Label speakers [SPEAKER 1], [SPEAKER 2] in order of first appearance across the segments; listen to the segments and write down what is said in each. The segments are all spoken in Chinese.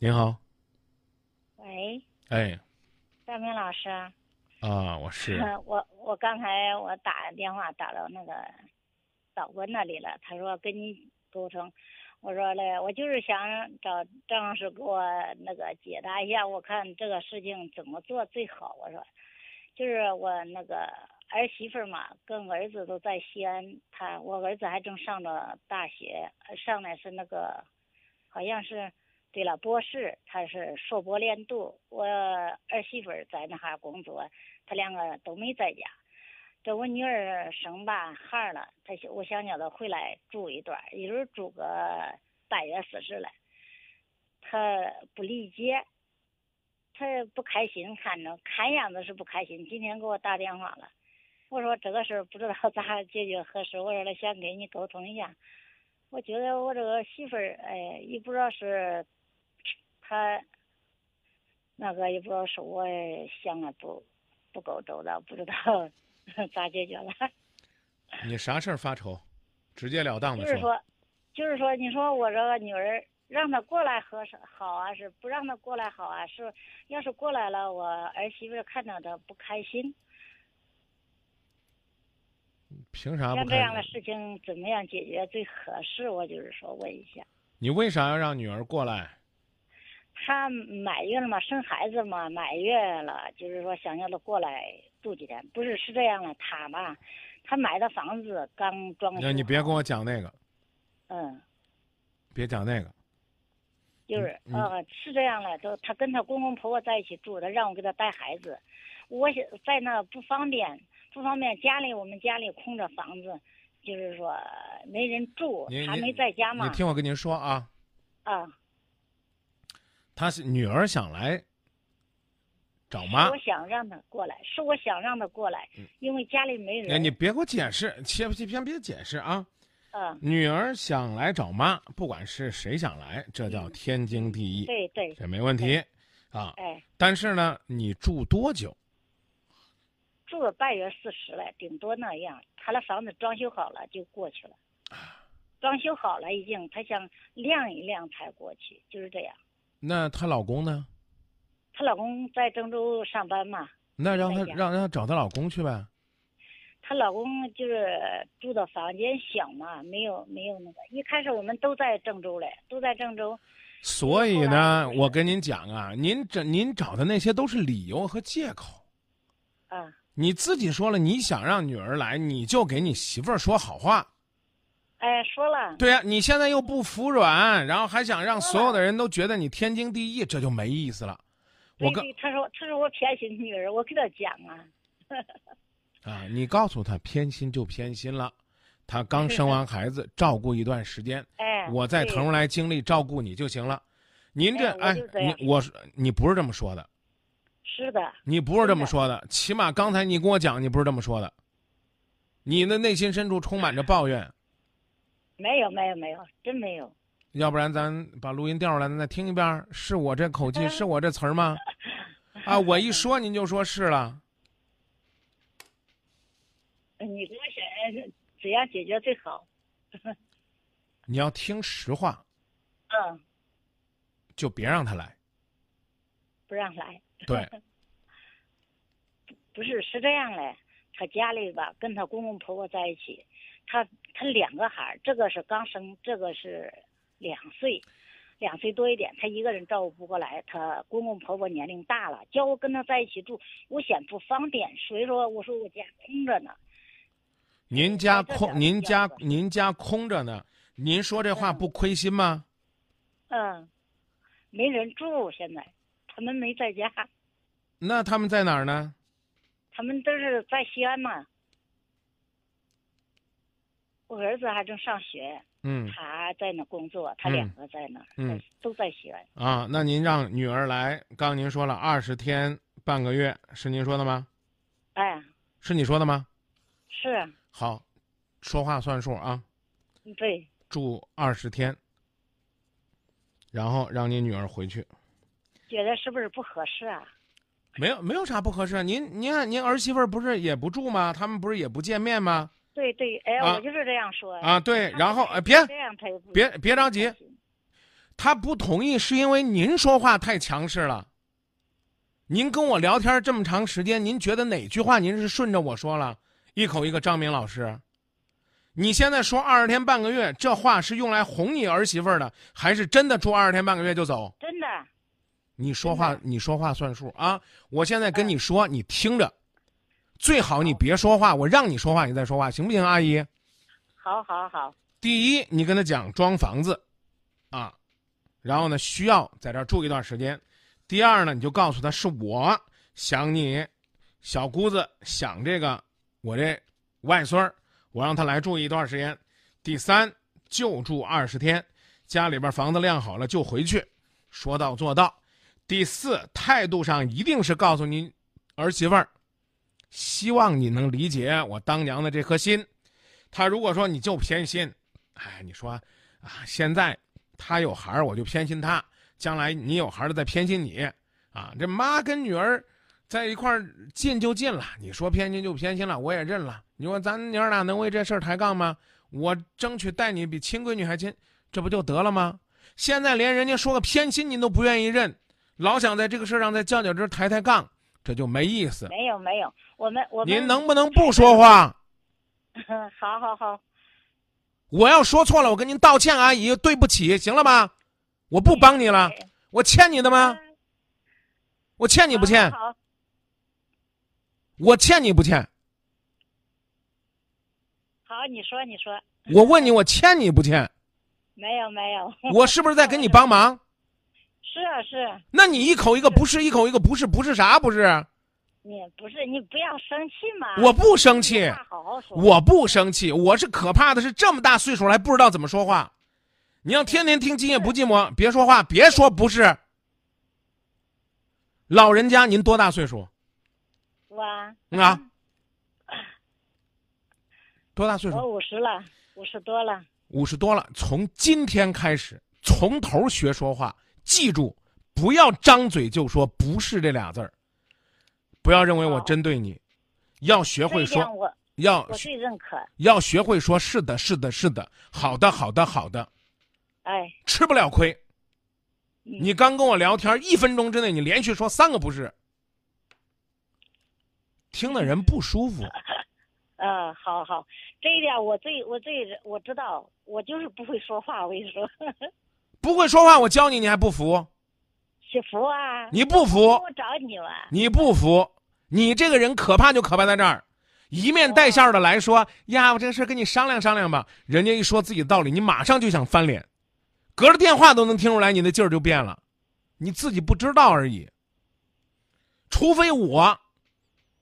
[SPEAKER 1] 您好，
[SPEAKER 2] 喂，
[SPEAKER 1] 哎，
[SPEAKER 2] 张明老师，
[SPEAKER 1] 啊，我是
[SPEAKER 2] 我我刚才我打电话打到那个导官那里了，他说跟你沟通，我说嘞，我就是想找张老师给我那个解答一下，我看这个事情怎么做最好。我说，就是我那个儿媳妇儿嘛，跟儿子都在西安，他我儿子还正上着大学，上的是那个好像是。对了，博士他是硕博连读，我儿媳妇儿在那哈工作，他两个都没在家。这我女儿生完孩儿了，她我想叫她回来住一段，一会儿住个半月四十来。她不理解，她不开心，看着看样子是不开心。今天给我打电话了，我说这个事儿不知道咋解决合适，我说了想跟你沟通一下。我觉得我这个媳妇儿，哎，也不知道是。他那个也不知道是我想的不不够周到，不知道咋解决了。
[SPEAKER 1] 你啥事儿发愁？直截了当
[SPEAKER 2] 就
[SPEAKER 1] 的
[SPEAKER 2] 是说，就是说，你说我这个女儿让她过来合适好啊，是不让她过来好啊？是要是过来了，我儿媳妇看到她不开心。
[SPEAKER 1] 凭啥
[SPEAKER 2] 像
[SPEAKER 1] 不
[SPEAKER 2] 这样的
[SPEAKER 1] 开？
[SPEAKER 2] 事情怎么样解决最合适？我就是说问一下。
[SPEAKER 1] 你为啥要让女儿过来？
[SPEAKER 2] 她满月了嘛，生孩子嘛，满月了，就是说想要她过来住几天，不是是这样的，她吧，她买的房子刚装修，
[SPEAKER 1] 那你别跟，我讲那个，
[SPEAKER 2] 嗯，
[SPEAKER 1] 别讲那个。
[SPEAKER 2] 就是
[SPEAKER 1] 嗯嗯
[SPEAKER 2] 呃是这样的，都她跟她公公婆婆在一起住，她让我给她带孩子，我想在那不方便，不方便，家里我们家里空着房子，就是说没人住
[SPEAKER 1] 你，
[SPEAKER 2] 她
[SPEAKER 1] 你
[SPEAKER 2] 没在家
[SPEAKER 1] 你
[SPEAKER 2] 嘛，
[SPEAKER 1] 听我跟您说啊，
[SPEAKER 2] 啊，
[SPEAKER 1] 她是女儿想来找妈
[SPEAKER 2] 是我，想让她过来，是我想让她过来，因为家里没人，
[SPEAKER 1] 哎，嗯你别给我解释，先先别解释啊。
[SPEAKER 2] 嗯，
[SPEAKER 1] 女儿想来找妈，不管是谁想来，这叫天经地义，
[SPEAKER 2] 对对，
[SPEAKER 1] 这没问题啊。
[SPEAKER 2] 哎。
[SPEAKER 1] 但是呢，你住多久？
[SPEAKER 2] 住了半月四十了，顶多那样。他那房子装修好了就过去了，
[SPEAKER 1] 啊
[SPEAKER 2] 装修好了已经，他想晾一晾才过去，就是这样。
[SPEAKER 1] 那她老公呢？
[SPEAKER 2] 她老公在郑州上班嘛，
[SPEAKER 1] 那让她
[SPEAKER 2] 在家
[SPEAKER 1] 让让她找她老公去呗。
[SPEAKER 2] 她老公就是住的房间小嘛，没有没有那个。一开始我们都在郑州嘞，都在郑州。
[SPEAKER 1] 所以
[SPEAKER 2] 后来
[SPEAKER 1] 呢，
[SPEAKER 2] 就是
[SPEAKER 1] 我跟您讲啊，您这您找的那些都是理由和借口。
[SPEAKER 2] 啊，
[SPEAKER 1] 你自己说了，你想让女儿来，你就给你媳妇儿说好话。
[SPEAKER 2] 哎，说了，
[SPEAKER 1] 对呀、你现在又不服软，然后还想让所有的人都觉得你天经地义，这就没意思了。我
[SPEAKER 2] 所
[SPEAKER 1] 跟
[SPEAKER 2] 以他说他说我偏心女儿，我跟他讲啊，
[SPEAKER 1] 啊，你告诉她偏心就偏心了。她刚生完孩子，照顾一段时间，
[SPEAKER 2] 哎，
[SPEAKER 1] 我再腾出
[SPEAKER 2] 对
[SPEAKER 1] 来精力照顾你就行了。您这
[SPEAKER 2] 哎我
[SPEAKER 1] 哎
[SPEAKER 2] 就这，样
[SPEAKER 1] 你我是你不是这么说的，
[SPEAKER 2] 是的，
[SPEAKER 1] 你不是这
[SPEAKER 2] 真
[SPEAKER 1] 么
[SPEAKER 2] 的
[SPEAKER 1] 说的，起码刚才你跟我讲，你不是这么说的。你的内心深处充满着抱怨，
[SPEAKER 2] 没有没有没有，真没有。
[SPEAKER 1] 要不然咱把录音调出来，咱再听一遍儿，是我这口气，是我这词儿吗？啊，我一说您就说是了，
[SPEAKER 2] 你给我想怎样解决最好？
[SPEAKER 1] 你要听实话，
[SPEAKER 2] 嗯，
[SPEAKER 1] 就别让他来。
[SPEAKER 2] 不让来，
[SPEAKER 1] 对，
[SPEAKER 2] 不是是这样嘞。他家里吧，跟他公公婆婆在一起，他他两个孩儿，这个是刚生，这个是两岁，两岁多一点，他一个人照顾不过来。他公公婆婆年龄大了，叫我跟他在一起住，我嫌不方便，所以说我说我家空着呢。
[SPEAKER 1] 您 家
[SPEAKER 2] 这
[SPEAKER 1] 空，
[SPEAKER 2] 两
[SPEAKER 1] 您
[SPEAKER 2] 样
[SPEAKER 1] 家
[SPEAKER 2] 吧
[SPEAKER 1] 您家空着呢，您说这话
[SPEAKER 2] 嗯
[SPEAKER 1] 不亏心吗？
[SPEAKER 2] 嗯，没人住，现在他们没在家，
[SPEAKER 1] 那他们在哪儿呢？
[SPEAKER 2] 他们都是在西安嘛。我儿子还正上学。
[SPEAKER 1] 嗯
[SPEAKER 2] 他在那工作，他两个在那儿，
[SPEAKER 1] 嗯
[SPEAKER 2] 在都在西安。
[SPEAKER 1] 啊，那您让女儿来，刚您说了二十天半个月，是您说的吗？
[SPEAKER 2] 哎，
[SPEAKER 1] 是你说的吗？
[SPEAKER 2] 是啊，
[SPEAKER 1] 好，说话算数啊，
[SPEAKER 2] 对，
[SPEAKER 1] 住二十天，然后让你女儿回去。
[SPEAKER 2] 觉得是不是不合适啊？
[SPEAKER 1] 没有没有啥不合适啊，您您看您儿媳妇儿不是也不住吗？他们不是也不见面吗？
[SPEAKER 2] 对对，哎，
[SPEAKER 1] 啊
[SPEAKER 2] 我就是这样说。
[SPEAKER 1] 啊，对，
[SPEAKER 2] 他们
[SPEAKER 1] 然后
[SPEAKER 2] 也
[SPEAKER 1] 哎别
[SPEAKER 2] 这样他也不
[SPEAKER 1] 别别着急，
[SPEAKER 2] 不开心
[SPEAKER 1] 他不同意是因为您说话太强势了。您跟我聊天这么长时间，您觉得哪句话您是顺着我说了？一口一个张明老师，你现在说二十天半个月，这话是用来哄你儿媳妇儿的，还是真的住二十天半个月就走？
[SPEAKER 2] 真的，
[SPEAKER 1] 你说
[SPEAKER 2] 真
[SPEAKER 1] 话
[SPEAKER 2] 的，嗯
[SPEAKER 1] 你说话算数啊！我现在跟你说，你听着，最好你别说话，我让你说话，你再说话，行不行，阿姨？
[SPEAKER 2] 好好好，
[SPEAKER 1] 第一，你跟他讲装房子，啊，然后呢需要在这儿住一段时间。第二呢，你就告诉他是我想你，小姑子想这个我这外孙儿，我让他来住一段时间。第三，就住二十天，家里边房子晾好了就回去，说到做到。第四，态度上一定是告诉您儿媳妇儿，希望你能理解我当娘的这颗心。他如果说你就偏心，哎，你说啊，现在他有孩儿，我就偏心他；将来你有孩儿了，再偏心你啊。这妈跟女儿在一块儿近就近了，你说偏心就偏心了，我也认了。你说咱娘儿俩能为这事儿抬杠吗？我争取带你比亲闺女还亲，这不就得了吗？现在连人家说个偏心您都不愿意认，老想在这个事儿上在较较真儿抬抬杠，这就没意思。
[SPEAKER 2] 没有没有，我们我们
[SPEAKER 1] 您能不能不说话？
[SPEAKER 2] 好好好，
[SPEAKER 1] 我要说错了，我跟您道歉，阿姨，对不起，行了吗？我不帮你
[SPEAKER 2] 哎
[SPEAKER 1] 了，我欠你的吗？我欠你不欠？
[SPEAKER 2] 啊嗯好，好
[SPEAKER 1] 我欠你不欠？
[SPEAKER 2] 好，你说你说，
[SPEAKER 1] 我问你，我欠你不欠？
[SPEAKER 2] 没有没有，
[SPEAKER 1] 我是不是在给你帮忙？
[SPEAKER 2] 是啊是啊，
[SPEAKER 1] 那你一口一个不是，一口一个不是，不是啥不是？
[SPEAKER 2] 你不是你不要生气嘛，
[SPEAKER 1] 我不生气
[SPEAKER 2] 有话，好好说，
[SPEAKER 1] 我不生气，我是可怕的是这么大岁数了还不知道怎么说话。你要天天听今夜不寂寞，别说话，别说不是。老人家，您多大岁数？
[SPEAKER 2] 我啊
[SPEAKER 1] 啊，
[SPEAKER 2] 嗯
[SPEAKER 1] 多大岁数？
[SPEAKER 2] 我五十了，五十多了，
[SPEAKER 1] 五十多了，从今天开始，从头学说话，记住，不要张嘴就说“不是”这俩字儿，不要认为我
[SPEAKER 2] 好
[SPEAKER 1] 针对你，要学
[SPEAKER 2] 哦这
[SPEAKER 1] 会
[SPEAKER 2] 一
[SPEAKER 1] 说呃
[SPEAKER 2] 点，我
[SPEAKER 1] 要
[SPEAKER 2] 我最认可，
[SPEAKER 1] 要学会说“是的，是的，是的”，好的，好的，好的，
[SPEAKER 2] 哎，
[SPEAKER 1] 吃不了亏。
[SPEAKER 2] 嗯
[SPEAKER 1] 你刚跟我聊天，一分钟之内你连续说三个不是，听的人不舒 服。
[SPEAKER 2] 嗯，好好，这一点我最我最我知道，我就是不会说话，我跟你说，
[SPEAKER 1] 不会说话，我教你，你还不服？
[SPEAKER 2] 媳妇啊，
[SPEAKER 1] 你不服？
[SPEAKER 2] 我找你嘛，
[SPEAKER 1] 你不服，你这个人可怕就可怕在这儿，一面带笑的来说呀，我这个事儿跟你商量商量吧。人家一说自己的道理，你马上就想翻脸，隔着电话都能听出来你的劲儿就变了，你自己不知道而已。除非我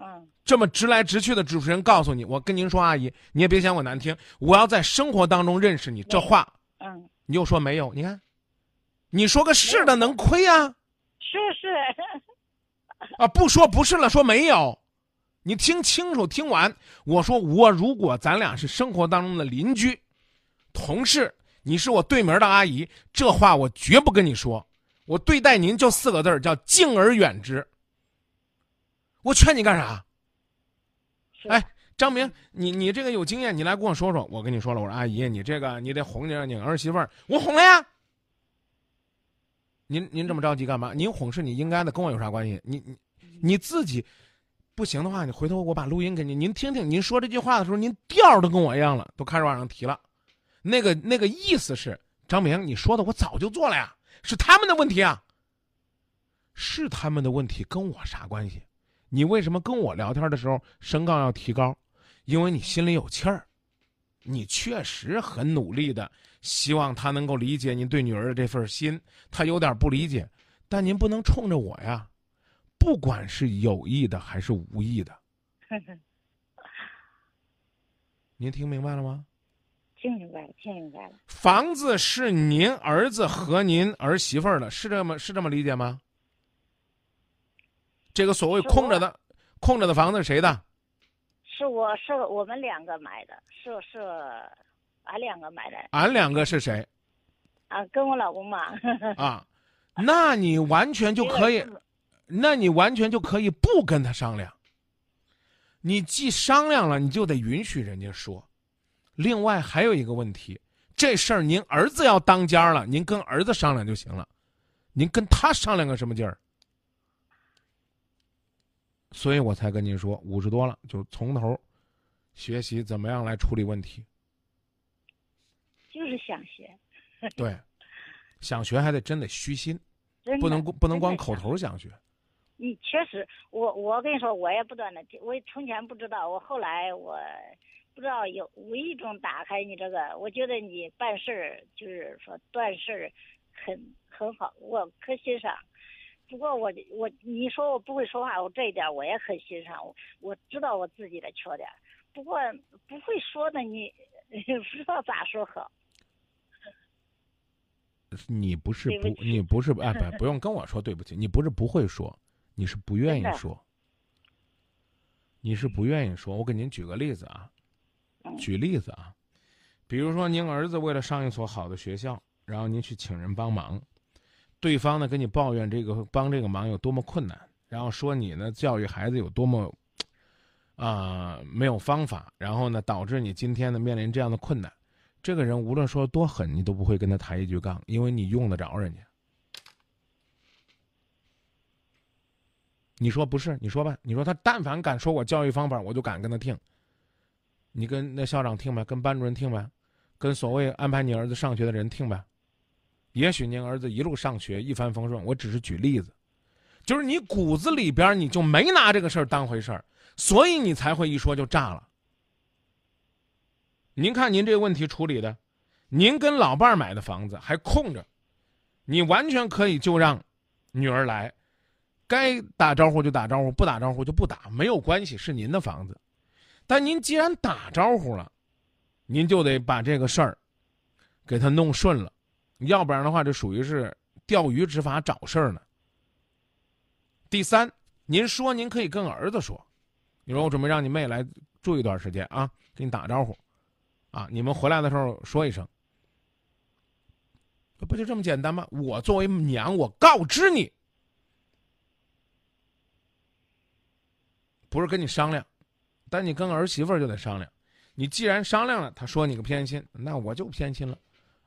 [SPEAKER 2] 嗯，
[SPEAKER 1] 这么直来直去的主持人告诉你，我跟您说，阿姨，你也别嫌我难听，我要在生活当中认识你，这话
[SPEAKER 2] 嗯，
[SPEAKER 1] 你又说没有，你看，你说个是的能亏啊
[SPEAKER 2] 是是，
[SPEAKER 1] 啊，不说不是了，说没有。你听清楚，听完我说，我如果咱俩是生活当中的邻居、同事，你是我对门的阿姨，这话我绝不跟你说。我对待您就四个字儿，叫敬而远之。我劝你干啥？
[SPEAKER 2] 是
[SPEAKER 1] 哎，张明，你你这个有经验，你来跟我说说。我跟你说了，我说阿姨，你这个你得哄着你儿媳妇儿，我哄了呀。您您这么着急干嘛？您哄是你应该的，跟我有啥关系？你你你自己不行的话，你回头我把录音给您，您听听。您说这句话的时候，您调儿都跟我一样了，都开始往上提了。那个那个意思是，张明，你说的我早就做了呀，是他们的问题啊，是他们的问题，跟我啥关系？你为什么跟我聊天的时候声杠要提高？因为你心里有气儿，你确实很努力的，希望他能够理解您对女儿的这份心。他有点不理解，但您不能冲着我呀，不管是有意的还是无意的。您听明白了吗？
[SPEAKER 2] 听明白了，听明白了，
[SPEAKER 1] 房子是您儿子和您儿媳妇儿的，是这么是这么理解吗？这个所谓
[SPEAKER 2] 是
[SPEAKER 1] 空着
[SPEAKER 2] 我
[SPEAKER 1] 的空着的房子是谁的？
[SPEAKER 2] 是我是我们两个买的，是是俺两个买的，
[SPEAKER 1] 俺两个是谁
[SPEAKER 2] 啊，跟我老公嘛，
[SPEAKER 1] 啊？那你完全就可以，那你完全就可以不跟他商量。你既商量了，你就得允许人家说。另外还有一个问题，这事儿您儿子要当家了，您跟儿子商量就行了，您跟他商量个什么劲儿？所以我才跟您说，五十多了，就从头学习怎么样来处理问 题。
[SPEAKER 2] 就是想学，
[SPEAKER 1] 对，想学还得真得虚心，
[SPEAKER 2] 真的
[SPEAKER 1] 不能不能光
[SPEAKER 2] 真的
[SPEAKER 1] 口头想学。
[SPEAKER 2] 你确实，我我跟你说，我也不断的，我从前不知道，我后来我不知道有无意中打开你这个，我觉得你办事儿就是说断事儿很很好，我可欣赏。不过我我你说我不会说话，我这一点我也很欣赏，我我知道我自己的缺点儿。不过不会说的你 不知道咋说好，
[SPEAKER 1] 你不是
[SPEAKER 2] 对
[SPEAKER 1] 不
[SPEAKER 2] 不，
[SPEAKER 1] 你不是哎，不不用跟我说对不起，你不是不会说，你是不愿
[SPEAKER 2] 真
[SPEAKER 1] 意
[SPEAKER 2] 的
[SPEAKER 1] 说，你是不愿意说。我给您举个例子啊，
[SPEAKER 2] 嗯
[SPEAKER 1] 举例子啊，比如说您儿子为了上一所好的学校，然后您去请人帮忙，对方呢跟你抱怨这个帮这个忙有多么困难，然后说你呢教育孩子有多么啊、没有方法，然后呢导致你今天呢面临这样的困难。这个人无论说多狠，你都不会跟他抬一句杠，因为你用得着人家。你说不是？你说吧，你说他但凡敢说我教育方法，我就敢跟他听。你跟那校长听呗，跟班主任听呗，跟所谓安排你儿子上学的人听呗。也许您儿子一路上学一帆风顺，我只是举例子，就是你骨子里边儿你就没拿这个事儿当回事儿，所以你才会一说就炸了。您看您这个问题处理的，您跟老伴儿买的房子还空着，你完全可以就让女儿来，该打招呼就打招呼，不打招呼就不打，没有关系，是您的房子。但您既然打招呼了，您就得把这个事儿给他弄顺了，要不然的话，这属于是钓鱼执法找事儿呢。第三，您说您可以跟儿子说，你说我准备让你妹来住一段时间啊，给你打招呼。啊，你们回来的时候说一声，不就这么简单吗？我作为娘，我告知你，不是跟你商量，但你跟儿媳妇儿就得商量。你既然商量了，她说你个偏心，那我就偏心了，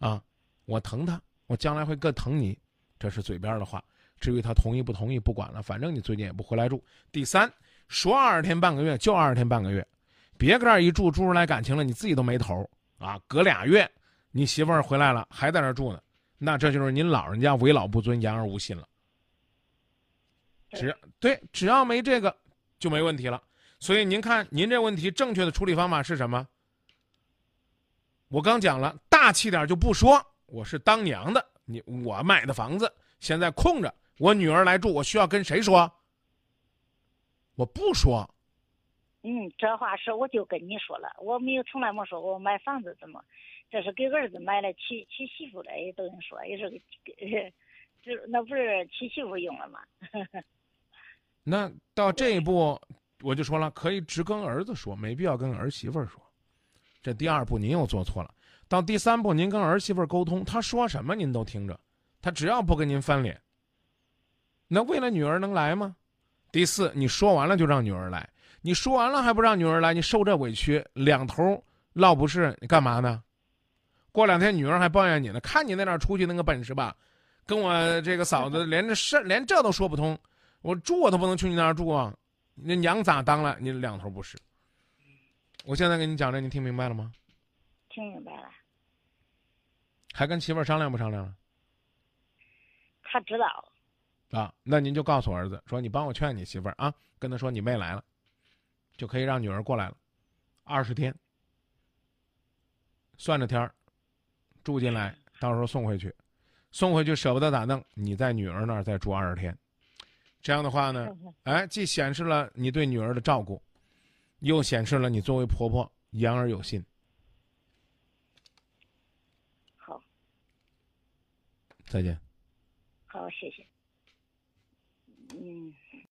[SPEAKER 1] 啊，我疼她，我将来会更疼你，这是嘴边儿的话。至于她同意不同意，不管了，反正你最近也不回来住。第三，说二十天半个月就二十天半个月，别搁这儿一住住出来感情了，你自己都没头儿啊！隔俩月，你媳妇儿回来了，还在那儿住呢，那这就是您老人家为老不尊，言而无信了。只对，只要没这个就没问题了。所以您看，您这问题正确的处理方法是什么？我刚讲了，大气点儿就不说，我是当娘的，你我买的房子现在空着，我女儿来住，我需要跟谁说？我不说，
[SPEAKER 2] 嗯，这话是我就跟你说了，我没有从来没说过我买房子怎么，这是给儿子买了娶娶媳妇的，也都人说也是给，给 这那不是娶媳妇用了吗？
[SPEAKER 1] 那到这一步，我就说了，可以直跟儿子说，没必要跟儿媳妇儿说。这第二步您又做错了。到第三步，您跟儿媳妇儿沟通，她说什么您都听着，她只要不跟您翻脸，那为了女儿能来吗？第四，你说完了就让女儿来，你说完了还不让女儿来，你受这委屈，两头落不是，你干嘛呢？过两天女儿还抱怨你呢，看你那点儿出息那个本事吧，跟我这个嫂子连这事连这都说不通，我住我都不能去你那儿住啊！你那娘咋当了？你两头不是。我现在跟你讲这，你听明白了吗？
[SPEAKER 2] 听明白了，
[SPEAKER 1] 还跟媳妇儿商量不商量了？
[SPEAKER 2] 他知道，
[SPEAKER 1] 啊，那您就告诉儿子说，你帮我劝你媳妇儿啊，跟她说你妹来了，就可以让女儿过来了，二十天，算着天儿，住进来，到时候送回去，送回去舍不得咋弄？你在女儿那儿再住二十天，这样的话呢，哎，既显示了你对女儿的照顾，又显示了你作为婆婆言而有信，
[SPEAKER 2] 好，
[SPEAKER 1] 再见。
[SPEAKER 2] 好，谢谢，嗯。